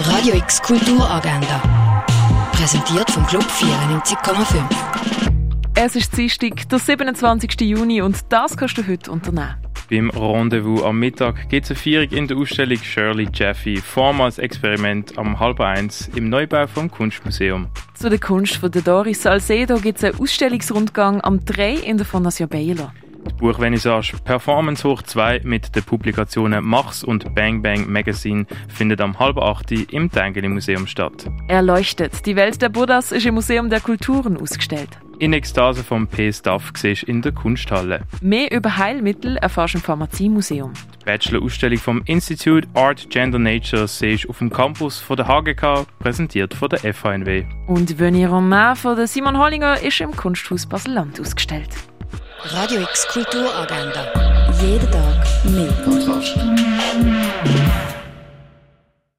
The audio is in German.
Radio X Kulturagenda. Präsentiert vom Club 94,5. Es ist Dienstag, der 27. Juni und das kannst du heute unternehmen. Beim Rendezvous am Mittag geht es eine Feierung in der Ausstellung Shirley Jaffe, vormals Experiment am halb eins im Neubau vom Kunstmuseum. Zu der Kunst von der Doris Salcedo gibt es einen Ausstellungsrundgang am 3 in der Fondation Baylor. Das Buch Vernissage Performance hoch 2 mit den Publikationen Mach's und Bang Bang Magazine findet am halb acht im Tengeli Museum statt. Erleuchtet, die Welt der Buddhas ist im Museum der Kulturen ausgestellt. In Ekstase vom P-Staff siehst in der Kunsthalle. Mehr über Heilmittel erfährst du im Pharmaziemuseum. Die Bachelor-Ausstellung vom Institute Art Gender Nature siehst auf dem Campus von der HGK, präsentiert von der FHNW. Und Veni Romain von der Simon Hollinger ist im Kunsthaus Basel-Land ausgestellt. Radio X Kulturagenda. Jeden Tag mehr.